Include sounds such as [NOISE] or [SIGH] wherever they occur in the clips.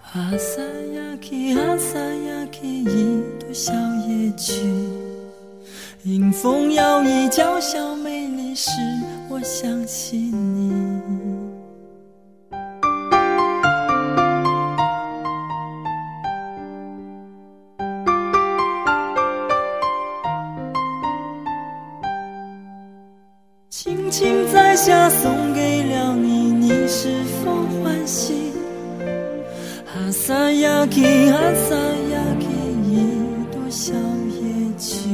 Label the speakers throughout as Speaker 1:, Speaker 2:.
Speaker 1: 朝焼き朝焼き一朵小夜曲，迎风摇曳，娇小美丽使我想起你。轻轻摘下，送给了你，你是否欢喜？阿萨亚克，阿萨亚克，一朵小夜曲。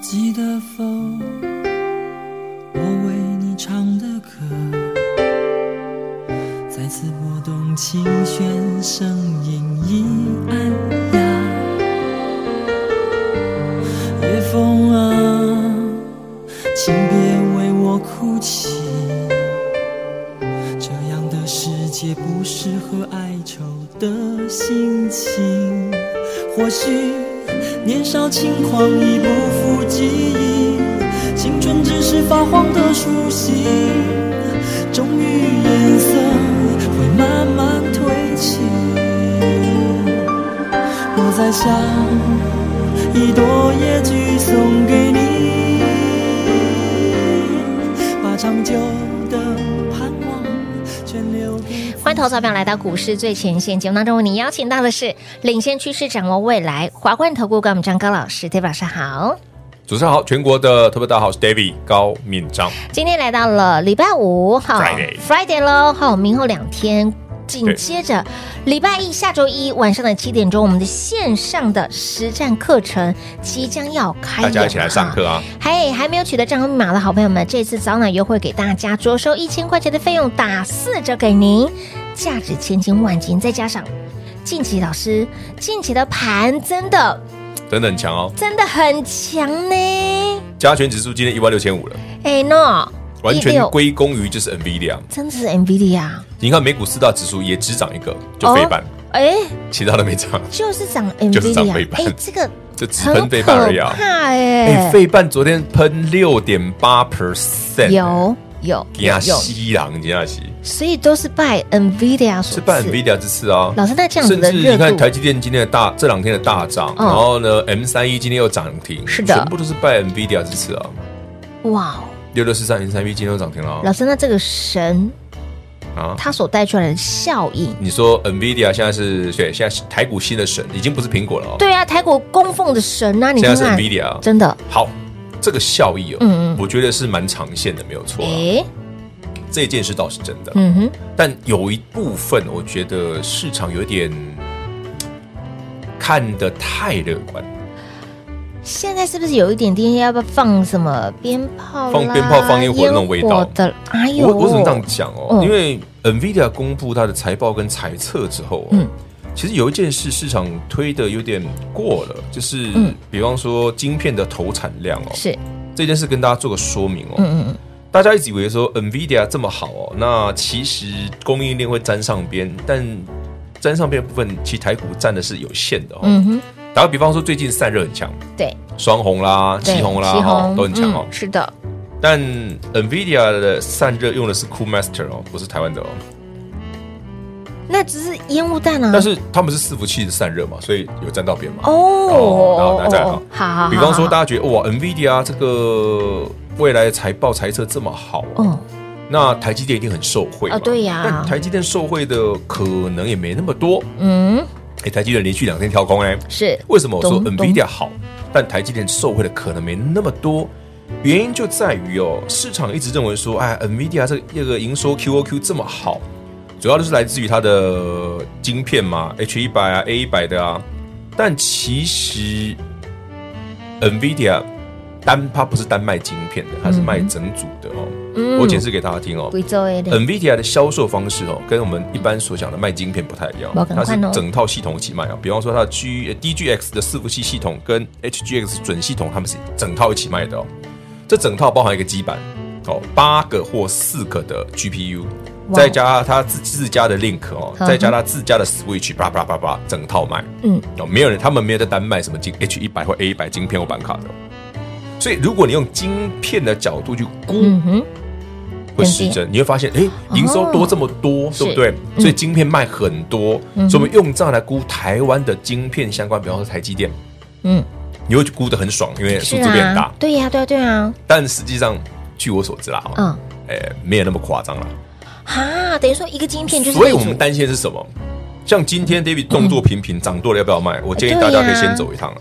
Speaker 1: 记得否，我为你唱的歌，再次拨动琴弦，声音已暗哑。夜风啊，请别为我哭泣，这样的世界不适合哀愁的心情。或许年少轻狂已不复记忆，青春只是发黄的书信，终于颜色会慢慢褪去。我在想，一朵野菊送给你，把长久的盼望全留给。
Speaker 2: 欢迎投资者朋友来到股市最前线节目当中，为您邀请到的是领先趋势、掌握未来华冠投顾高敏章高老师，大家晚上好。
Speaker 3: 主持人好，全国的特别大家好，我是 David 高敏章。
Speaker 2: 今天来到了礼拜五，好
Speaker 3: Friday
Speaker 2: Friday 喽，好，明后两天。紧接着，礼拜一下周一晚上的七点钟，我们的线上的实战课程即将要开演
Speaker 3: 大
Speaker 2: 了，
Speaker 3: 家一起来上课啊！
Speaker 2: 嘿，还没有取得账号密码的好朋友们，这次早鸟优惠给大家，着收一千块钱的费用打四折给您，价值千金万金，再加上近期老师近期的盘真的
Speaker 3: 真的很强哦，
Speaker 2: 真的很强呢，
Speaker 3: 加权指数今天一万六千五了，
Speaker 2: 哎 no，
Speaker 3: 完全
Speaker 2: 16
Speaker 3: 归功于就是 NVIDIA。
Speaker 2: 真的是 NVIDIA 啊
Speaker 3: 你看美股四大指数也只涨一个，就飞板，
Speaker 2: 哎、
Speaker 3: 其他都没涨，
Speaker 2: 就是涨
Speaker 3: 就是涨
Speaker 2: NVIDIA，
Speaker 3: 倍半
Speaker 2: 哎、这个
Speaker 3: 就只
Speaker 2: 很
Speaker 3: 喷
Speaker 2: 可
Speaker 3: 飞半而已啊。
Speaker 2: 怕哎、
Speaker 3: 哎，费半昨天喷六点八 percent，
Speaker 2: 有有
Speaker 3: 给
Speaker 2: 有
Speaker 3: 他
Speaker 2: 有，
Speaker 3: 吸狼，给他吸，
Speaker 2: 所以都是拜 NVIDIA 所
Speaker 3: 是办
Speaker 2: 赐
Speaker 3: NVIDIA 之次啊。
Speaker 2: 老师，那这样子
Speaker 3: 甚
Speaker 2: 的
Speaker 3: 至你
Speaker 2: 热
Speaker 3: 看台
Speaker 2: 度，
Speaker 3: 积电今天的大这两天的大涨，
Speaker 2: 嗯
Speaker 3: 然后呢 M 三一今天又涨停，
Speaker 2: 是的
Speaker 3: 全部都是拜 NVIDIA 之赐啊。
Speaker 2: 哇哦！
Speaker 3: 六六四三 M 三一今天又涨停了啊
Speaker 2: 老师，那这个神
Speaker 3: 啊！
Speaker 2: 它所带出来的效应，
Speaker 3: 你说 NVIDIA 现在是对，现在是台股新的神，已经不是苹果了哦。
Speaker 2: 对啊，台股供奉的神啊，你
Speaker 3: 现在
Speaker 2: 看
Speaker 3: 是
Speaker 2: 看，
Speaker 3: NVIDIA 啊
Speaker 2: 真的，
Speaker 3: 好，这个效益哦，
Speaker 2: 嗯嗯
Speaker 3: 我觉得是蛮长线的，没有错啦。
Speaker 2: 诶，
Speaker 3: 这件事倒是真的，
Speaker 2: 嗯哼，
Speaker 3: 但有一部分我觉得市场有点看得太乐观，
Speaker 2: 现在是不是有一点点要不要放什么鞭炮啦？
Speaker 3: 放鞭炮放烟火的那种味道
Speaker 2: 烟火的，哎呦，
Speaker 3: 我我怎么这样讲哦？
Speaker 2: 嗯
Speaker 3: 因为 NVIDIA 公布它的财报跟财测之后、哦，
Speaker 2: 嗯
Speaker 3: 其实有一件事市场推的有点过了，就是、
Speaker 2: 嗯
Speaker 3: 比方说晶片的投产量哦，
Speaker 2: 是，
Speaker 3: 这件事跟大家做个说明哦。
Speaker 2: 嗯嗯
Speaker 3: 大家一直以为说 NVIDIA 这么好哦，那其实供应链会沾上边，但沾上边的部分其实台股占的是有限的哦。
Speaker 2: 嗯嗯哼，
Speaker 3: 打个比方说，最近散热很强，
Speaker 2: 对，
Speaker 3: 双红啦、
Speaker 2: 对
Speaker 3: 七红啦，
Speaker 2: 旗
Speaker 3: 哈
Speaker 2: 红
Speaker 3: 都很强哦
Speaker 2: 嗯。是的，
Speaker 3: 但
Speaker 2: 嗯
Speaker 3: NVIDIA 的散热用的是 Cool Master 哦，不是台湾的哦。
Speaker 2: 那只是烟雾弹啊。
Speaker 3: 但是他们是伺服器的散热嘛，所以有沾到边嘛。
Speaker 2: 哦
Speaker 3: 哦然后再来
Speaker 2: 哦哦好好好，
Speaker 3: 比方说，
Speaker 2: 好
Speaker 3: 大家觉得哇，NVIDIA 这个未来财报财测这么好、
Speaker 2: 嗯，
Speaker 3: 那台积电一定很受惠嘛
Speaker 2: 啊对呀
Speaker 3: 但台积电受惠的可能也没那么多。
Speaker 2: 嗯，
Speaker 3: 哎，台积电连续两天跳空哎，
Speaker 2: 是
Speaker 3: 为什么我说
Speaker 2: 懂
Speaker 3: NVIDIA 好，但台积电受惠的可能没那么多？原因就在于哦，市场一直认为说，哎，NVIDIA 这个这个营收 QOQ 这么好，主要就是来自于它的晶片嘛，H 一百啊，A 一百的啊。但其实 NVIDIA 单它不是单卖晶片的，它是卖整组的哦。
Speaker 2: 嗯
Speaker 3: 我解释给大家听哦。
Speaker 2: 贵州的，
Speaker 3: NVIDIA 的销售方式哦，跟我们一般所讲的卖晶片不太一样
Speaker 2: 不，赶
Speaker 3: 它是
Speaker 2: 快哦
Speaker 3: 整套系统一起卖啊。比方说它的 G 呃 DGX 的伺服器系统跟 HGX 准系统，他们是整套一起卖的哦。这整套包含一个基板哦，八个或四个的 GPU，
Speaker 2: 哇
Speaker 3: 再加它自自家的 Link 哦，
Speaker 2: 嗯哼
Speaker 3: 再加它自家的 Switch，叭叭叭叭，整套卖。
Speaker 2: 嗯，
Speaker 3: 哦，没有人，他们没有在单卖什么晶 H 一百或 A 一百晶片或板卡的哦。所以，如果你用晶片的角度去估
Speaker 2: 嗯哼，
Speaker 3: 会失真，你会发现，哎，
Speaker 2: 哦
Speaker 3: 营收多这么多，对不对？
Speaker 2: 嗯
Speaker 3: 所以晶片卖很多，所以我们用这样来估台湾的晶片相关，比方说台积电，
Speaker 2: 嗯，
Speaker 3: 你会估得很爽，因为数
Speaker 2: 是
Speaker 3: 字变大
Speaker 2: 啊，。对呀，对呀，对呀，
Speaker 3: 但实际上，据我所知啦，哦，
Speaker 2: 嗯，
Speaker 3: 哎，没有那么夸张啦。
Speaker 2: 哈，等于说一个晶片就是
Speaker 3: 所
Speaker 2: 一
Speaker 3: 以我
Speaker 2: 组
Speaker 3: 们担心的是什么？像今天 David 动作频频，涨多了要不要卖？我建议
Speaker 2: 对呀
Speaker 3: 大家可以先走一趟了，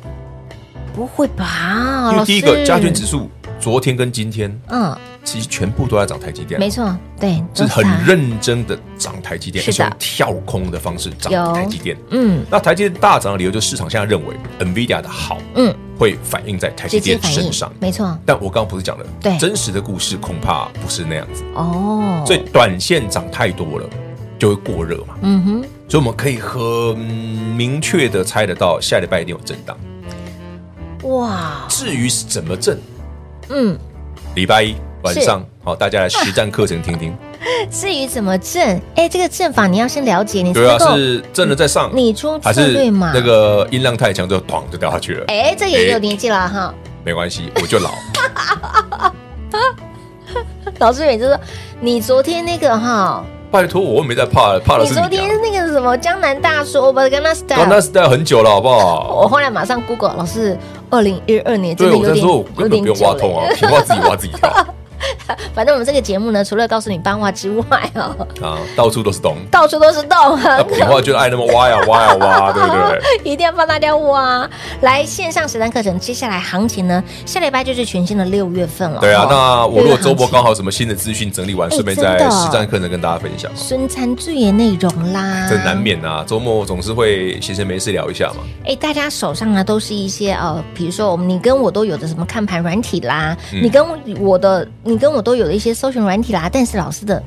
Speaker 2: 不会吧？
Speaker 3: 因为
Speaker 2: 老
Speaker 3: 第一个
Speaker 2: 师
Speaker 3: 加权指，数昨天跟今天
Speaker 2: 嗯，
Speaker 3: 其实全部都在涨台积电，
Speaker 2: 没错，对，
Speaker 3: 是
Speaker 2: 都
Speaker 3: 很
Speaker 2: 它，
Speaker 3: 认真的涨台积电，
Speaker 2: 是
Speaker 3: 而
Speaker 2: 的
Speaker 3: 且用跳空的方式涨
Speaker 2: 有
Speaker 3: 台积电。
Speaker 2: 嗯
Speaker 3: 那台积电大涨的理由，就是市场现在认为 NVIDIA 的好
Speaker 2: 嗯，
Speaker 3: 会反映在台积
Speaker 2: 直接
Speaker 3: 电
Speaker 2: 反应
Speaker 3: 身上，。
Speaker 2: 没错，
Speaker 3: 但我刚刚不是讲了，
Speaker 2: 对
Speaker 3: 真实的故事恐怕不是那样子。
Speaker 2: 哦，
Speaker 3: 所以短线涨太多了，就会过热嘛。
Speaker 2: 嗯哼，
Speaker 3: 所以我们可以很明确的猜得到，下礼拜一定有震荡。
Speaker 2: 哇，
Speaker 3: 至于是怎么震，
Speaker 2: 嗯，
Speaker 3: 礼拜一晚上好，大家来实战课程听听。
Speaker 2: 啊至于怎么震，哎，这个阵法你要先了解，你才
Speaker 3: 对
Speaker 2: 能
Speaker 3: 啊，
Speaker 2: 够
Speaker 3: 是震了再上，
Speaker 2: 拟出
Speaker 3: 还
Speaker 2: 策
Speaker 3: 是
Speaker 2: 略嘛。
Speaker 3: 那，个音浪太强就咣就掉下去了？
Speaker 2: 哎，这也有
Speaker 3: 哎
Speaker 2: 年纪了哈。
Speaker 3: 没关系，我就老。
Speaker 2: [LAUGHS] 老师每次说，你昨天那个哈，
Speaker 3: 拜托，我又没在怕，怕的
Speaker 2: 你
Speaker 3: 是
Speaker 2: 昨
Speaker 3: 啊你啊
Speaker 2: 天。那个什么江南大叔，我把跟他
Speaker 3: 刚那
Speaker 2: style。
Speaker 3: 时代啊很久了，好不好？
Speaker 2: 我后来马上 Google，老师，二零一二年真
Speaker 3: 对，
Speaker 2: 的
Speaker 3: 我
Speaker 2: 有
Speaker 3: 在
Speaker 2: 点
Speaker 3: 说，
Speaker 2: 有
Speaker 3: 我根本
Speaker 2: 点
Speaker 3: 不
Speaker 2: 久
Speaker 3: 用挖
Speaker 2: 了耶。
Speaker 3: 洞啊， [LAUGHS] 平挖自己挖自己跳
Speaker 2: 反正我们这个节目呢，除了告诉你八卦之外哦， [LAUGHS]
Speaker 3: 啊，到处都是洞。
Speaker 2: 到处都是洞，啊
Speaker 3: 那平话就爱那么挖呀挖呀挖，对不对？
Speaker 2: [LAUGHS] 一定要帮大家挖。来线上实战课程，接下来行情呢，下礼拜就是全新的六月份了哦。
Speaker 3: 对啊，那我如果周
Speaker 2: 六月行
Speaker 3: 末
Speaker 2: 情
Speaker 3: 刚好有什么新的资讯整理完，顺便
Speaker 2: 哎
Speaker 3: 在
Speaker 2: 真的
Speaker 3: 实战课程跟大家分享嘛。
Speaker 2: 孙餐最的内容啦，
Speaker 3: 这难。免啊，周末总是会闲闲没事聊一下嘛。
Speaker 2: 哎，大家手上啊都是一些呃，比如说我们你跟我都有的什么看盘软体啦，
Speaker 3: 嗯
Speaker 2: 你跟我的你跟我都有的一些搜寻软体啦，但是老师的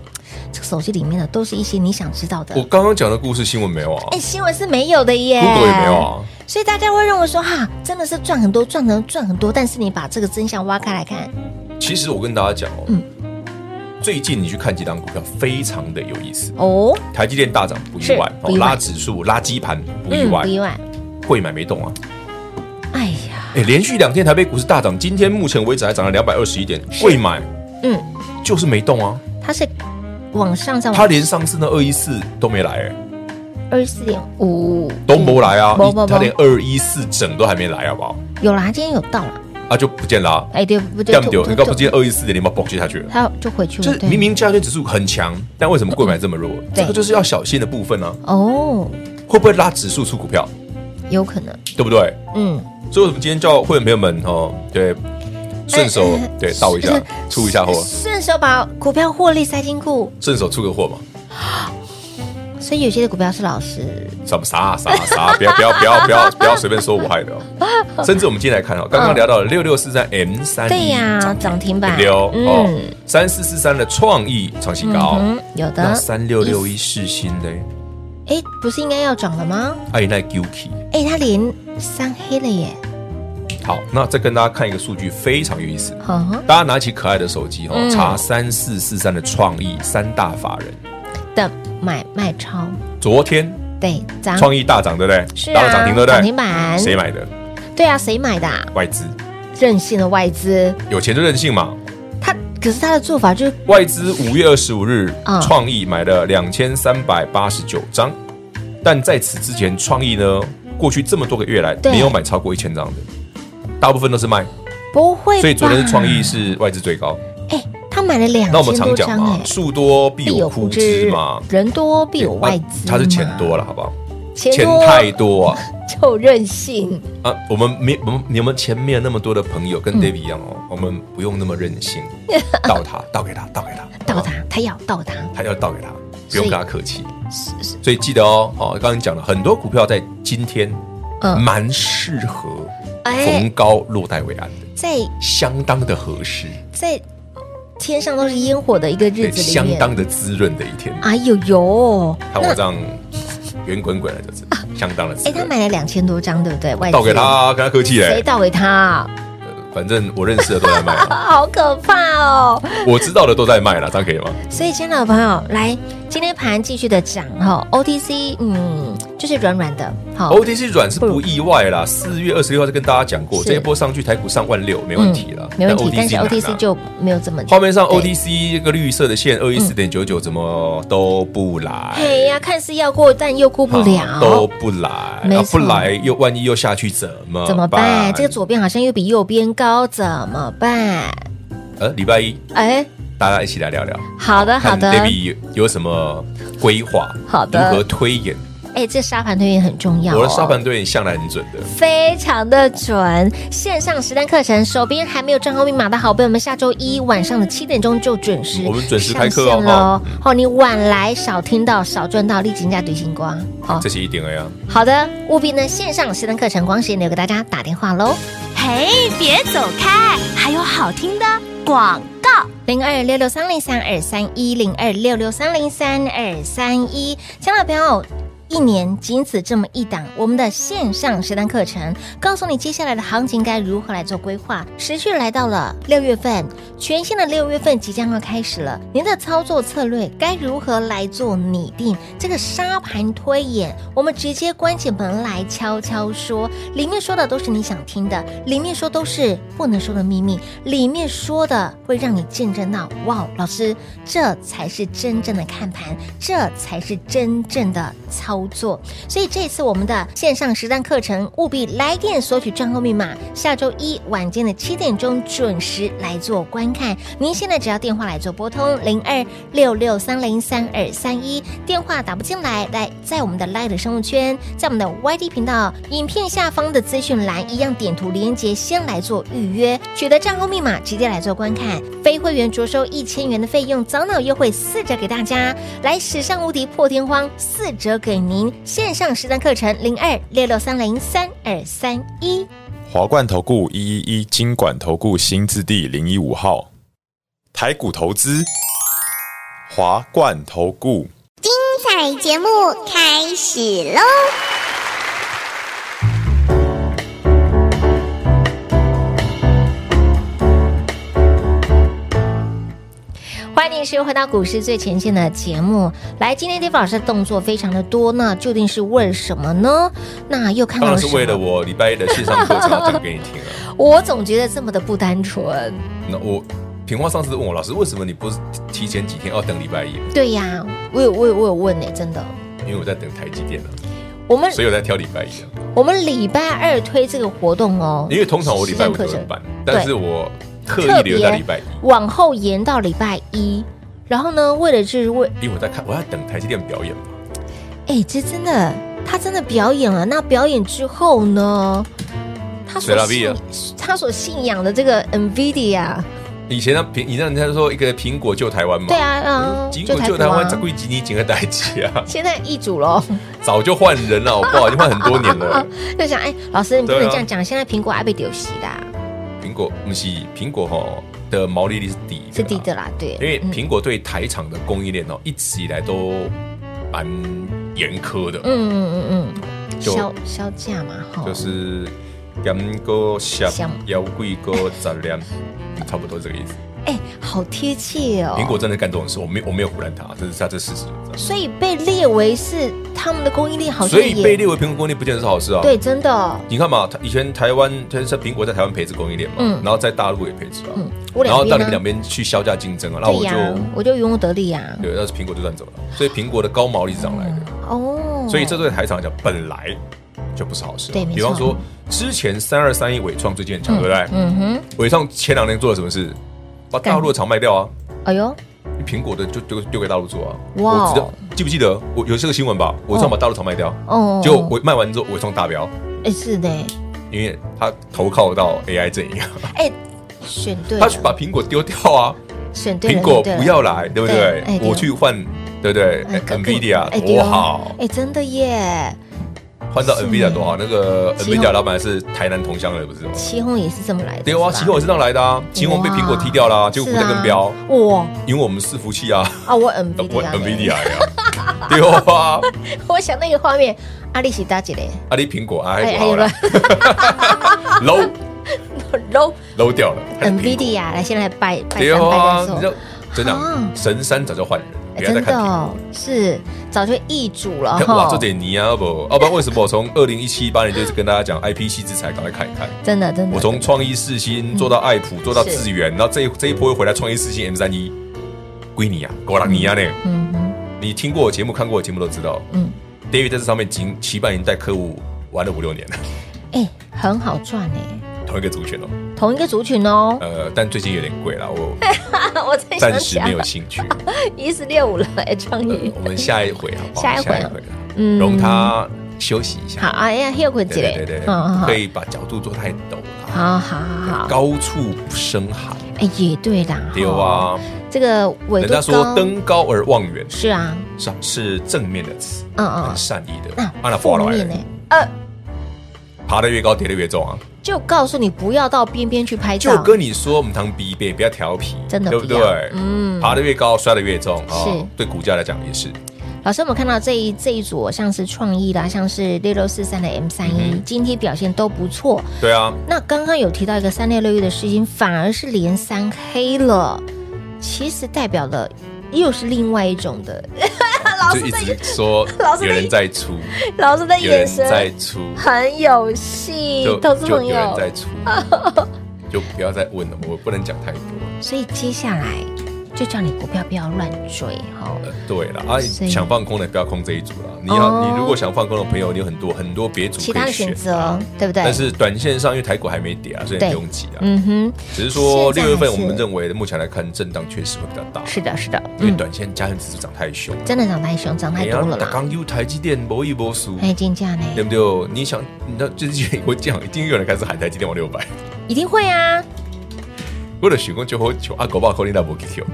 Speaker 2: 这个手机里面的都是一些你想知道的
Speaker 3: 我。刚刚讲的故事新闻没有啊
Speaker 2: 哎，新闻是没有的耶
Speaker 3: ？Google 也没有啊？
Speaker 2: 所以大家会认为说哈、真的是赚很多，赚能赚很多，但是你把这个真相挖开来看，
Speaker 3: 其实我跟大家讲哦
Speaker 2: 啊嗯，
Speaker 3: 最近你去看几档股票，非常的有意思。
Speaker 2: 哦，
Speaker 3: 台积电大涨不意
Speaker 2: 是
Speaker 3: 外，
Speaker 2: 不
Speaker 3: 哦
Speaker 2: 意外
Speaker 3: 拉指数、拉基盘不意
Speaker 2: 嗯，
Speaker 3: 外
Speaker 2: 不，意外，
Speaker 3: 会买没动啊。
Speaker 2: 哎呀，
Speaker 3: 哎，连续两天台北股市大涨，今天目前为止还涨了两百二十一点，贵买
Speaker 2: 嗯，
Speaker 3: 就是没动啊，
Speaker 2: 它是往上再
Speaker 3: 它
Speaker 2: 往
Speaker 3: 连上次那二一四都没来、哎，
Speaker 2: 二十四点五，
Speaker 3: 都没来啊，
Speaker 2: 不不不
Speaker 3: 它连二一四整都还没来，好不好？
Speaker 2: 有啦，今天有到了，
Speaker 3: 啊，就不见了、啊，
Speaker 2: 哎，对不对？
Speaker 3: 干不掉，
Speaker 2: 就
Speaker 3: 你搞不今天二一四点零八崩下去了。
Speaker 2: 它就回去了，
Speaker 3: 就是
Speaker 2: 对嗯
Speaker 3: 明明加权指数很强，但为什么贵买这么弱？这个就是要小心的部分啊，
Speaker 2: 哦，
Speaker 3: 会不会拉指数出股票，
Speaker 2: 有可能，
Speaker 3: 对不对？
Speaker 2: 嗯，
Speaker 3: 所以我们今天叫会员朋友们哦，对，顺手、
Speaker 2: 哎
Speaker 3: 对倒一下，出一下货，
Speaker 2: 顺手把股票获利塞进库，
Speaker 3: 顺手出个货嘛，
Speaker 2: 所以有些的股票是老师，
Speaker 3: 什么啥啥啥，不要不要不要
Speaker 2: [LAUGHS]
Speaker 3: 不要不要随便说我害的、哦。甚至我们今天来看哦，
Speaker 2: 嗯
Speaker 3: 刚刚聊到了六六四三 M 三，
Speaker 2: 对呀，涨停
Speaker 3: 对
Speaker 2: 板
Speaker 3: 不对，哦？哦
Speaker 2: 嗯，
Speaker 3: 三四四三的创意创新高，哦
Speaker 2: 嗯哼，有
Speaker 3: 那
Speaker 2: 的，
Speaker 3: 三六六一世新的
Speaker 2: 哎，不是应该要涨了吗？
Speaker 3: 爱奈 Guki。
Speaker 2: 哎，它连三黑了耶，
Speaker 3: 好，那再跟大家看一个数据，非常有意思。
Speaker 2: 呵呵，
Speaker 3: 大家拿起可爱的手机哦
Speaker 2: 嗯，
Speaker 3: 查三四四三的创意三大法人，
Speaker 2: 的买卖超，
Speaker 3: 昨天
Speaker 2: 对，涨，
Speaker 3: 创意大涨，对不对？
Speaker 2: 啊是
Speaker 3: 打了涨
Speaker 2: 啊
Speaker 3: 停，对，不
Speaker 2: 涨停
Speaker 3: 对？
Speaker 2: 板，
Speaker 3: 谁？买的？
Speaker 2: 对啊，谁买的啊？
Speaker 3: 外资，
Speaker 2: 任性的外资，
Speaker 3: 有钱就任性嘛。
Speaker 2: 它可可是他的做法就是
Speaker 3: 外资五月二十五日
Speaker 2: 嗯，
Speaker 3: 创意买了两千三百八十九张，但在此之前，创意呢，过去这么多个月来
Speaker 2: 对
Speaker 3: 没有买超过一千张的，大部分都是卖，
Speaker 2: 不会吧，
Speaker 3: 所以昨天的创意是外资最高。
Speaker 2: 哎，他买了两
Speaker 3: 那我们
Speaker 2: 千
Speaker 3: 常
Speaker 2: 多
Speaker 3: 讲
Speaker 2: 张
Speaker 3: 嘛
Speaker 2: 哎，，
Speaker 3: 树多必有枯枝嘛，
Speaker 2: 人多必有外资嘛，
Speaker 3: 它是钱多了，好不好？
Speaker 2: 钱
Speaker 3: 钱
Speaker 2: 多
Speaker 3: 太多啊！
Speaker 2: 就任性，
Speaker 3: 啊，我们没，我们你们前面有那么多的朋友跟
Speaker 2: 嗯
Speaker 3: David 一样哦，我们不用那么任性，倒他，倒给他，倒给他，
Speaker 2: 倒
Speaker 3: 好吧
Speaker 2: 他，他要倒他，
Speaker 3: 他要倒给他，不
Speaker 2: 所以
Speaker 3: 用跟他客气。所以记得哦，好、刚刚讲了很多股票在今天
Speaker 2: 嗯，
Speaker 3: 蛮适合
Speaker 2: 哎
Speaker 3: 逢，高落袋为安的，
Speaker 2: 在
Speaker 3: 相当的合适，
Speaker 2: 在天上都是烟火的一个日
Speaker 3: 对，
Speaker 2: 子里
Speaker 3: 相
Speaker 2: 面，
Speaker 3: 当的滋润的一天。
Speaker 2: 哎呦呦，
Speaker 3: 看
Speaker 2: 那
Speaker 3: 我这样圆滚滚的，就是相当的滋
Speaker 2: 哎，他
Speaker 3: 润。
Speaker 2: 买了两千多张，对不对？外资
Speaker 3: 倒给他啊，跟他客气
Speaker 2: 谁
Speaker 3: 嘞，呃
Speaker 2: 倒给他啊？
Speaker 3: 反正我认识的都在卖啊、
Speaker 2: 啊好可怕哦！
Speaker 3: 我知道的都在卖了，这样可以吗？
Speaker 2: 所以，亲爱的朋友，来，今天盘继续的涨哈、o t c 嗯，就是软软的，好、
Speaker 3: OTC 软是不意外啦，四月二十六号就跟大家讲过，
Speaker 2: 是嗯
Speaker 3: 这一波上去台股上万六没问题啦，
Speaker 2: 没问题，但
Speaker 3: 但
Speaker 2: 是
Speaker 3: OTC 难
Speaker 2: OTC
Speaker 3: 啊
Speaker 2: 就没有这么
Speaker 3: 画面上
Speaker 2: 对嗯
Speaker 3: OTC 这个绿色的线二一四点九九怎么都不来，
Speaker 2: 嘿呀，看似要过，但又过不了，
Speaker 3: 啊都不来，啊
Speaker 2: 没
Speaker 3: 不
Speaker 2: 错
Speaker 3: 来又万一又下去怎么哎
Speaker 2: 怎么办？这个左边好像又比右边高，怎么办？
Speaker 3: 呃礼拜一
Speaker 2: 哎，
Speaker 3: 大家一起来聊聊，
Speaker 2: 好的，啊好
Speaker 3: 看
Speaker 2: 的，
Speaker 3: David 有有什么规划，
Speaker 2: 好的
Speaker 3: 如何推演？
Speaker 2: 哎，这沙盘推演很重要、哦，哦
Speaker 3: 我的沙盘推演向来很准的，
Speaker 2: 非常的准。线上实战课程，手边还没有账号密码的好朋友们，下周一晚上的七点钟就准时，
Speaker 3: 我们准时开课哦
Speaker 2: 上线喽。哦，你晚来少听到少赚到，立即人家怼星光。好、
Speaker 3: 这是一点而已啊。
Speaker 2: 哦好的，务必呢线上实战课程，光时间留给大家打电话喽。
Speaker 4: 嘿，别走开，还有好听的广告。
Speaker 2: 零二六六三零三二三一零二六六三零三二三一，亲爱的朋友。一年仅此这么一档，我们的线上实单课程，告诉你接下来的行情该如何来做规划。持续来到了六月份，全新的六月份即将要开始了，您的操作策略该如何来做拟定？这个沙盘推演，我们直接关起门来悄悄说，里面说的都是你想听的，里面说都是不能说的秘密，里面说的会让你见证到，哇，哦老师，这才是真正的看盘，这才是真正的操作。所以这次我们的线上实战课程，务必来电索取账号密码，下周一晚间的七点钟准时来做观看。您现在只要电话来做拨通零二六六三零三二三一，电话打不进来，来在我们的 Light 生物圈，在我们的 YD 频道影片下方的资讯栏一样点图连接，先来做预约，取得账号密码直接来做观看。非会员着收一千元的费用，早鸟优惠四折给大家，来史上无敌破天荒四折给您。线上实战课程零二六六三零三二三一。
Speaker 5: 华冠投顾一一一金管投顾新字第零一五号，台股投资，华冠投顾。
Speaker 6: 彩节目开始喽！
Speaker 2: 欢迎收回到股市最前线的节目。来，今天 d a 老师的动作非常的多，那究竟是为什么呢？那又看到了
Speaker 3: 当然
Speaker 2: 什
Speaker 3: 是
Speaker 2: 么？
Speaker 3: 为了我礼拜一的线上课程要讲给你听啊。 [LAUGHS]
Speaker 2: 我总觉得这么的不单纯。
Speaker 3: 那我平花上次问我老师，为什么你不是提前几天要哦等礼拜一？
Speaker 2: 对呀，我有我有我有问呢、真的。
Speaker 3: 因为我在等台积电啊，
Speaker 2: 我们
Speaker 3: 所以我在挑礼拜一啊。
Speaker 2: 我们礼拜二推这个活动哦，
Speaker 3: 因为通常我礼拜五都
Speaker 2: 实
Speaker 3: 会
Speaker 2: 战课
Speaker 3: 办
Speaker 2: 程，
Speaker 3: 但是
Speaker 2: 对
Speaker 3: 我刻意留在礼拜一，
Speaker 2: 往后延到礼拜一。然后呢，为了就是为
Speaker 3: 因为我在看，我要等台积电表演嘛。
Speaker 2: 哎，这真的他真的表演了。那表演之后呢，他
Speaker 3: 谁
Speaker 2: 所
Speaker 3: 拉逼
Speaker 2: 信
Speaker 3: 啊
Speaker 2: 他所信仰的这个 Nvidia，
Speaker 3: 以前那苹，你让人家说一个苹果救台湾嘛，
Speaker 2: 对，啊，啊，
Speaker 3: 苹
Speaker 2: 就
Speaker 3: 果
Speaker 2: 台
Speaker 3: 救
Speaker 2: 股
Speaker 3: 台湾，这
Speaker 2: 啊，
Speaker 3: 贵几你几个代机啊，
Speaker 2: [LAUGHS] 现在易主喽。
Speaker 3: 早就换人了，我不好，已经换很多年了。
Speaker 2: 就想哎，老师你不
Speaker 3: 对
Speaker 2: 能
Speaker 3: 啊
Speaker 2: 这样讲，现在苹果还被丢啊弃啦，
Speaker 3: 苹果不是苹果哈的毛利率是低的，
Speaker 2: 是低的。啦，对，
Speaker 3: 因为
Speaker 2: 嗯
Speaker 3: 苹果对台厂的供应链哦，一直以来都蛮严苛的，
Speaker 2: 嗯嗯嗯嗯，
Speaker 3: 就
Speaker 2: 销销价嘛，哈，
Speaker 3: 就是严格下
Speaker 2: 想
Speaker 3: 要贵个质量，差不多这个意思。
Speaker 2: 哎，好贴切哦。
Speaker 3: 苹果真的干这种事，我没我没有胡乱他，这是他这事实就这样。
Speaker 2: 所以被列为是他们的供应链好像
Speaker 3: 所以被
Speaker 2: 也
Speaker 3: 列为苹果供应链不见得是好事啊。
Speaker 2: 对，，真的，哦
Speaker 3: 你看嘛，它以前台湾就是苹果在台湾培植供应链嘛，
Speaker 2: 嗯
Speaker 3: 然后在大陆也培植啊，
Speaker 2: 嗯，我
Speaker 3: 然后
Speaker 2: 两
Speaker 3: 到
Speaker 2: 边
Speaker 3: 你
Speaker 2: 呢
Speaker 3: 们两边去削价竞争啊，那
Speaker 2: 对
Speaker 3: 我就
Speaker 2: 呀、我就渔翁得利啊呀、
Speaker 3: 对，那是苹果就赚走了，所以苹果的高毛利是这样来的。
Speaker 2: 哦，
Speaker 3: 所以这对台厂来讲本来就不是好事。啊
Speaker 2: 对没错
Speaker 3: 比方说之前三二三一伟创最近很强，对不对？
Speaker 2: 嗯哼，
Speaker 3: 伟创前两年做了什么事？把大陆的厂卖掉啊，
Speaker 2: 哎呦，
Speaker 3: 苹果的就丢丢给大陆做啊。
Speaker 2: 哇哦
Speaker 3: 我记得记不记得我有这个新闻吧？伟创把大陆厂卖掉，
Speaker 2: 哦，
Speaker 3: 结果伟卖完之后伟创大标，
Speaker 2: 哎是的，
Speaker 3: 因为他投靠到 AI 阵营啊，
Speaker 2: 哎，选对
Speaker 3: 他
Speaker 2: 了，
Speaker 3: 去把苹果丢掉啊，
Speaker 2: 选对了，
Speaker 3: 苹果
Speaker 2: 对了
Speaker 3: 不要来，对不
Speaker 2: 对
Speaker 3: 对
Speaker 2: 哎？对
Speaker 3: 我去换，对不对
Speaker 2: 哎可哎
Speaker 3: ？NVIDIA
Speaker 2: 对
Speaker 3: 多
Speaker 2: 哦
Speaker 3: 好，
Speaker 2: 哎，真的耶，
Speaker 3: 换到
Speaker 2: 是
Speaker 3: NVIDIA 多好，那个
Speaker 2: 其中
Speaker 3: NVIDIA 老板是台南同乡的，不是吗？
Speaker 2: 奇宏也是这么来的，
Speaker 3: 对啊，
Speaker 2: 是吧
Speaker 3: 秦虹也是这样来的啊，秦虹被苹果踢掉啦，结果不在跟标，
Speaker 2: 是啊哇
Speaker 3: 因为我们伺服器啊，
Speaker 2: 啊，我
Speaker 3: [LAUGHS] 我
Speaker 2: NVIDIA 嘞
Speaker 3: NVIDIA
Speaker 2: [LAUGHS]
Speaker 3: 呀，对啊，
Speaker 2: 我想那个画面，阿丽喜大姐嘞，
Speaker 3: 啊你苹果啊，
Speaker 2: 哎
Speaker 3: 还好了， [LAUGHS] 搂
Speaker 2: 喽
Speaker 3: 搂掉了还是苹果
Speaker 2: NVIDIA 来，现在拜拜
Speaker 3: 对
Speaker 2: 三
Speaker 3: 啊
Speaker 2: 拜，
Speaker 3: 你知道
Speaker 2: 四，
Speaker 3: 真的啊
Speaker 2: 啊
Speaker 3: 神山早就换人，
Speaker 2: 哎
Speaker 3: 不要再
Speaker 2: 真
Speaker 3: 看
Speaker 2: 的
Speaker 3: 苹果。
Speaker 2: 哦，是早就易主了
Speaker 3: 哇，
Speaker 2: 哈
Speaker 3: 这，点泥啊，要不，要不然为什么我从二零一七八年就是跟大家讲 IPC 制裁，赶快看一
Speaker 2: [LAUGHS]
Speaker 3: 看。
Speaker 2: 真的真的，
Speaker 3: 我从创意四星做到爱普，做到智源，然后这一这一波又回来创意四星 M 三一，归你啊，果然你啊呢？
Speaker 2: 嗯哼
Speaker 3: 你听过我节目、看过我节目都知道，
Speaker 2: 嗯，
Speaker 3: David 在这上面经期半已经带客户玩了五六年了， [LAUGHS]
Speaker 2: 哎，很好赚哎，
Speaker 3: 同一个族群哦。
Speaker 2: 同一个族群
Speaker 3: [LAUGHS]
Speaker 2: 哦，
Speaker 3: 呃，但最近有点贵了，我
Speaker 2: [LAUGHS] 我在
Speaker 3: 暂
Speaker 2: [LAUGHS] 想起
Speaker 3: 时
Speaker 2: 来
Speaker 3: 没有
Speaker 2: 了，
Speaker 3: 兴趣。
Speaker 2: 一四六五了哎，创
Speaker 3: 呃
Speaker 2: 意
Speaker 3: [LAUGHS] 我，们下一回好不好？
Speaker 2: 下一回嗯
Speaker 3: 呃容他休息一下。
Speaker 2: 好，哎呀，休困起
Speaker 3: 对
Speaker 2: 来，
Speaker 3: 对对对
Speaker 2: 嗯
Speaker 3: 对，
Speaker 2: 好
Speaker 3: 可以把角度做太陡了，
Speaker 2: 好好好好，
Speaker 3: 高处不胜寒。
Speaker 2: 哎，也对啦，
Speaker 3: 有
Speaker 2: 哈，
Speaker 3: 啊，
Speaker 2: 这个纬
Speaker 3: 人
Speaker 2: 度
Speaker 3: 家说
Speaker 2: 高
Speaker 3: 登高而望远
Speaker 2: 是啊，
Speaker 3: 是啊是正面的词，
Speaker 2: 嗯嗯
Speaker 3: 很，善意的。啊
Speaker 2: 那
Speaker 3: 那爬
Speaker 2: 负
Speaker 3: 来
Speaker 2: 面呢
Speaker 3: 了，？爬得越高，跌得越重啊。
Speaker 2: 就告诉你不要到边边去拍照，
Speaker 3: 就跟你说，我们当 B 杯，不要调皮，
Speaker 2: 真的
Speaker 3: 对不
Speaker 2: 不要
Speaker 3: 对？
Speaker 2: 嗯
Speaker 3: 爬得越高，摔得越重啊。
Speaker 2: 是
Speaker 3: 对股价来讲也是。
Speaker 2: 老师，我们看到这一这一组，像是创意啦，像是六六四三的 M 三一、
Speaker 3: 嗯
Speaker 2: 今天表现都不错。
Speaker 3: 对啊，
Speaker 2: 那刚刚有提到一个三六六一的事情，反而是连三黑了，其实代表了又是另外一种的。 [LAUGHS]
Speaker 3: 就一直说 [LAUGHS] 有人在出，
Speaker 2: 老师的
Speaker 3: 有人在出，
Speaker 2: 很有戏
Speaker 3: 就就有人在
Speaker 2: [LAUGHS]
Speaker 3: 出，就不要再问了，我不能讲太多。
Speaker 2: 所以接下来就叫你股票不要乱追哈、哦。
Speaker 3: 呃，对了，啊，
Speaker 2: 所以
Speaker 3: 想放空的不要空这一组了。你
Speaker 2: 哦
Speaker 3: 要你如果想放空的朋友，你有很多很多别组
Speaker 2: 其
Speaker 3: 可
Speaker 2: 他的
Speaker 3: 以
Speaker 2: 选
Speaker 3: 选。啊
Speaker 2: 择，对不对？
Speaker 3: 但是短线上，因为台股还没跌啊，所以
Speaker 2: 对
Speaker 3: 你不用急啊。
Speaker 2: 嗯哼，
Speaker 3: 只是
Speaker 2: 现
Speaker 3: 说六
Speaker 2: 在
Speaker 3: 月份
Speaker 2: 还
Speaker 3: 我
Speaker 2: 是
Speaker 3: 们认为目前来看震荡确实会比较大，
Speaker 2: 是的，是的，
Speaker 3: 因为
Speaker 2: 嗯，
Speaker 3: 短线加权指数涨太凶了。
Speaker 2: 真的长太凶，长太多了
Speaker 3: 哎打
Speaker 2: 啦。
Speaker 3: 刚有台积电搏一搏输，
Speaker 2: 哎，金价呢？
Speaker 3: 对不对？你想，你知道最近我讲，已经有人开始喊台积电往六百，
Speaker 2: 一定会啊，
Speaker 3: 为了许光就和啊求阿狗爸口令到搏 QQ，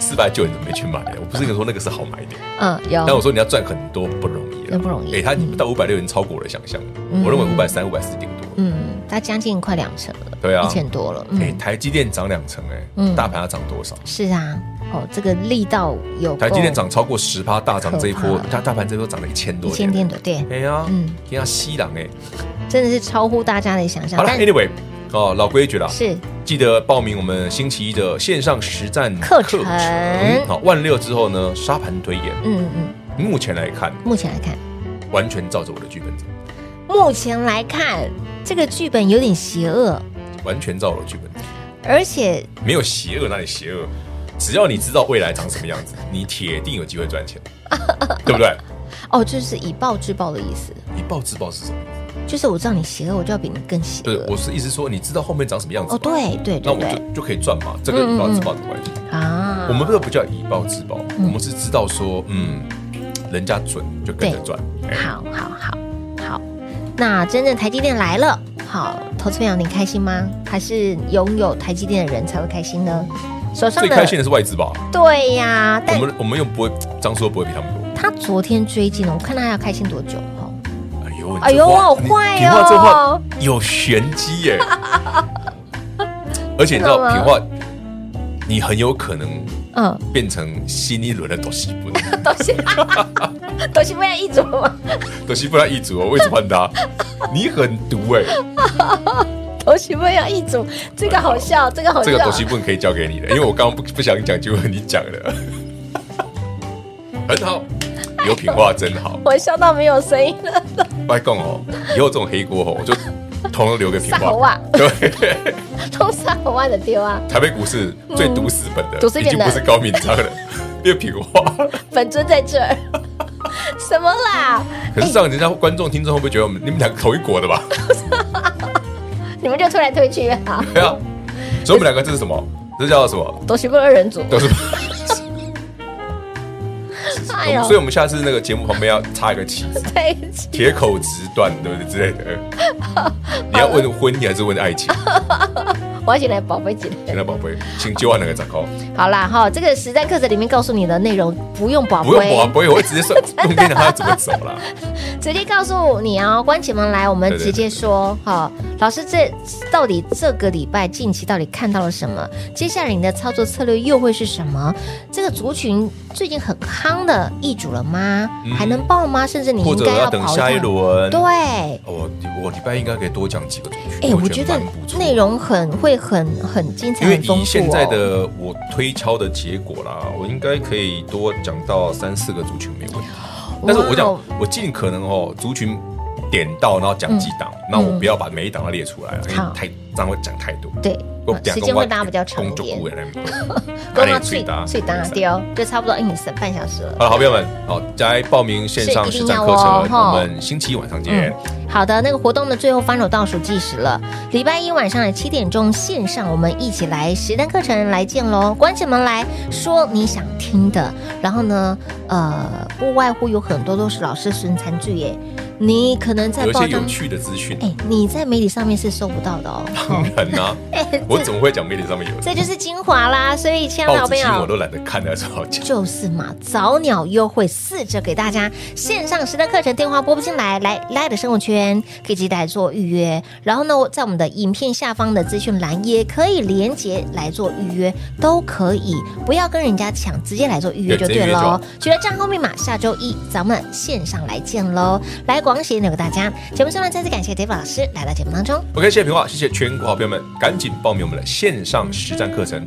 Speaker 3: 四百九你怎么没去买？我不是跟你说那个是好买点，
Speaker 2: 嗯，有。
Speaker 3: 但我说你要赚很多不容易
Speaker 2: 那
Speaker 3: 了，
Speaker 2: 不容易
Speaker 3: 哎，他
Speaker 2: 嗯
Speaker 3: 到五百六已经超过我的想象，
Speaker 2: 嗯
Speaker 3: 我认为五百三、五百四顶多。
Speaker 2: 嗯，它将近快两成了，
Speaker 3: 对啊
Speaker 2: 一千多了，
Speaker 3: 哎，
Speaker 2: 嗯，
Speaker 3: 台积电涨两成，
Speaker 2: 嗯
Speaker 3: 哎，大盘要涨多少？
Speaker 2: 是啊，哦，这个力道有够，
Speaker 3: 台积电涨超过十趴，大涨这一
Speaker 2: 可
Speaker 3: 波
Speaker 2: 怕，
Speaker 3: 它大盘这一波涨了一千多
Speaker 2: 哦一
Speaker 3: 点，
Speaker 2: 千点多，对，
Speaker 3: 哎呀，
Speaker 2: 嗯
Speaker 3: 嗯，天下西朗哎，
Speaker 2: 真的是超乎大家的想象
Speaker 3: 好，了哎
Speaker 2: 但
Speaker 3: ，anyway，哦，老规矩了，
Speaker 2: 是
Speaker 3: 记得报名我们星期一的线上实战
Speaker 2: 课程
Speaker 3: 好，万六之后呢，沙盘推演，
Speaker 2: 嗯嗯，
Speaker 3: 目前来看，
Speaker 2: 目前来看，
Speaker 3: 完全照着我的剧本走，
Speaker 2: 目前来看，这个剧本有点邪恶，
Speaker 3: 完全照我的剧本走，
Speaker 2: 而且
Speaker 3: 没有邪恶，哪里邪恶？只要你知道未来长什么样子，你铁定有机
Speaker 2: [LAUGHS]
Speaker 3: 会赚钱，对不对？
Speaker 2: 哦，就是以暴制暴的意思，
Speaker 3: 以暴制暴是什么？
Speaker 2: 就是我知道你邪恶，我就要比你更邪
Speaker 3: 对，
Speaker 2: 恶
Speaker 3: 我，是意思说，你知道后面长什么样子
Speaker 2: 哦，
Speaker 3: 吗，
Speaker 2: 对对对
Speaker 3: 那我
Speaker 2: 对嗯
Speaker 3: 就就可以赚嘛，这个与暴制暴的关系。
Speaker 2: 啊，
Speaker 3: 我们这个不叫以暴制暴，
Speaker 2: 嗯
Speaker 3: 我们是知道说，嗯，人家准就跟着
Speaker 2: 对
Speaker 3: 赚，哎
Speaker 2: 好好好好，那真正台积电来了，好，投资朋友你开心吗？还是拥有台积电的人才会开心呢？手上
Speaker 3: 最
Speaker 2: 的
Speaker 3: 开心的是外资吧？
Speaker 2: 对呀、
Speaker 3: 我
Speaker 2: 但
Speaker 3: 们我们又不会，张说不会比他们多。
Speaker 2: 他昨天追进了，我看他要开心多久哦。
Speaker 3: 哎呦，你
Speaker 2: 哎呦
Speaker 3: 这话
Speaker 2: 好坏哦
Speaker 3: 你平话这话有玄机
Speaker 2: [LAUGHS]
Speaker 3: 耶！而且你知道
Speaker 2: 真的吗
Speaker 3: 平话，你很有可能
Speaker 2: 嗯，
Speaker 3: 变成新一轮的多西布，
Speaker 2: [LAUGHS] 都是都是不要一组吗？
Speaker 3: 多西布他一族哦，我一直换他，你很毒哎！
Speaker 2: 头绪不要一组，这个好笑，这个好笑。
Speaker 3: 这个东西不可以交给你的，因为我刚刚不不想讲，结果你讲了， [LAUGHS] 很好，有品话真好。
Speaker 2: 我笑到没有声音了，
Speaker 3: 外公哦，以后这种黑锅哦，我就统统留给
Speaker 2: [LAUGHS]
Speaker 3: 品
Speaker 2: 撒猴
Speaker 3: 话
Speaker 2: 啊。
Speaker 3: 对，
Speaker 2: 都撒我万的丢啊！
Speaker 3: 台北股市最读死本的，
Speaker 2: 读嗯死一
Speaker 3: 已
Speaker 2: 点
Speaker 3: 经
Speaker 2: 的
Speaker 3: 不是高敏
Speaker 2: [LAUGHS]
Speaker 3: 章了，因为品话。
Speaker 2: 本尊在这儿， [LAUGHS] 什么啦？
Speaker 3: 可是这样，人家观众听众会不会觉得我们你们两个同一国的吧？
Speaker 2: 你们就推来推去
Speaker 3: [LAUGHS]
Speaker 2: 啊！
Speaker 3: 对啊，所以我们两个这是什么？这叫什么？
Speaker 2: 都是不二人组，
Speaker 3: 都是。
Speaker 2: 哎呦，
Speaker 3: 所以我们下次那个节目旁边要插一个旗，
Speaker 2: 对不起
Speaker 3: 铁口直断，对不对之
Speaker 2: [LAUGHS]
Speaker 3: 类的？你要问婚姻还是问爱情？
Speaker 2: 我要请来宝贝姐。
Speaker 3: 亲爱的宝贝，请就按那个杂扣，
Speaker 2: 好啦，哈，这个实战课程里面告诉你的内容不用宝
Speaker 3: 不用宝
Speaker 2: 贝，
Speaker 3: 贝，我会直接说，我跟你讲他要怎么走啦。
Speaker 2: 直接告诉你哦，关起门来，我们
Speaker 3: 对对
Speaker 2: 直接说，哈，老师这到底这个礼拜近期到底看到了什么？接下来你的操作策略又会是什么？这个族群最近很夯的易主了吗？
Speaker 3: 嗯
Speaker 2: 还能报吗？甚至 [LAUGHS] 你
Speaker 3: 或
Speaker 2: 应
Speaker 3: 者
Speaker 2: 该
Speaker 3: 要
Speaker 2: 要
Speaker 3: 等
Speaker 2: 跑
Speaker 3: 下一
Speaker 2: 趟。
Speaker 3: 轮。
Speaker 2: 对，
Speaker 3: 我我礼拜应该可以多讲几个主题，
Speaker 2: 哎、我觉得
Speaker 3: 蛮不错
Speaker 2: 内容很会很很精彩，
Speaker 3: 因为
Speaker 2: 很丰富哦。
Speaker 3: 以现在的我推敲的结果啦，我应该可以多讲到三四个族群没问题。但是我讲
Speaker 2: 哇，哦
Speaker 3: 我尽可能哦，族群点到，然后讲几档，那我不要把每一档都列出来啊了，因为
Speaker 2: 嗯好
Speaker 3: 太这样会讲太多。
Speaker 2: 对
Speaker 3: 我，
Speaker 2: 时间会拉比较长一
Speaker 3: 工作
Speaker 2: 点
Speaker 3: 不。
Speaker 2: [LAUGHS]
Speaker 3: 为人，
Speaker 2: 刚
Speaker 3: 哪
Speaker 2: 刚
Speaker 3: 里最
Speaker 2: 最
Speaker 3: 大
Speaker 2: 最大
Speaker 3: 最大
Speaker 2: 丢，就差不多，哎，你剩半小时了。
Speaker 3: 好了，好朋友们，好，来报名线上
Speaker 2: 是一
Speaker 3: 实
Speaker 2: 定
Speaker 3: 战
Speaker 2: 要
Speaker 3: 课
Speaker 2: 哦嗯
Speaker 3: 程，
Speaker 2: 吼
Speaker 3: 我们星期一晚上见。
Speaker 2: 好的，那个活动的最后 final 倒数计时了，礼拜一晚上的七点钟线上，我们一起来实战课程来见喽！关起门来说你想听的，然后呢，呃，不外乎有很多都是老师孙餐具耶，你可能在
Speaker 3: 有一
Speaker 2: 报
Speaker 3: 些有
Speaker 2: 章，
Speaker 3: 趣的资讯，
Speaker 2: 哎，你在媒体上面是搜不到的哦。
Speaker 3: 当然
Speaker 2: [LAUGHS]
Speaker 3: 啦，我怎么会讲媒体上面有的？
Speaker 2: 哎这就是精华啦，所以亲爱的
Speaker 3: 报
Speaker 2: 老
Speaker 3: 纸
Speaker 2: 朋
Speaker 3: 新
Speaker 2: 友，
Speaker 3: 闻我都懒得看，还是好讲。
Speaker 2: 就是嘛，早鸟优惠四折给大家，线上实战课程电话拨不进来，来来的生活圈可以直接来做预约。然后呢，在我们的影片下方的资讯栏也可以连接来做预约，都可以，不要跟人家抢，直接来做预约就
Speaker 3: 对直接
Speaker 2: 对
Speaker 3: 预约就
Speaker 2: 喽
Speaker 3: 好。
Speaker 2: 取得账号密码，下周一咱们线上来见喽。来广喜留给大家，节目最后呢再次感谢 David 老师来到节目当中。
Speaker 3: OK，谢谢平话，谢谢全国好朋友们，赶紧报名我们的线上实战课程，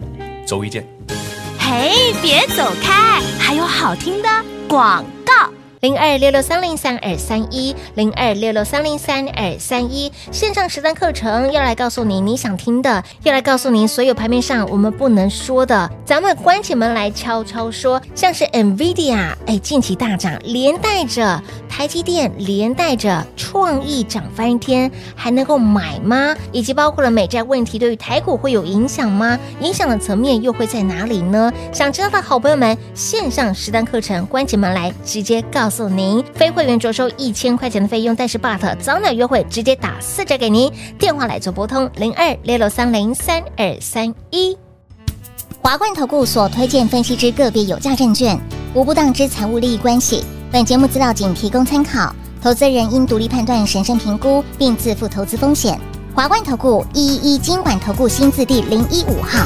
Speaker 3: 周一见。
Speaker 7: 嘿，别走开，还有好听的广告。
Speaker 2: 零二六六三零三二三一，零二六六三零三二三一，线上实战课程要来告诉你你想听的，要来告诉你所有牌面上我们不能说的，咱们关起门来悄悄说，像是 Nvidia，哎，近期大涨，连带着台积电，连带着创意涨翻天，还能够买吗？以及包括了美债问题对于台股会有影响吗？影响的层面又会在哪里呢？想知道的好朋友们，线上实单课程关起门来直接告诉您，非会员着收一千块钱的费用，但是 but 早鸟约会直接打四折给您，电话来做拨通零二六六三零三二三一。
Speaker 6: 华冠投顾所推荐分析之个别有价证券，无不当之财务利益关系。本节目资料仅提供参考，投资人应独立判断、审慎评估，并自负投资风险。华冠投顾一一一金管投顾新字第零一五号。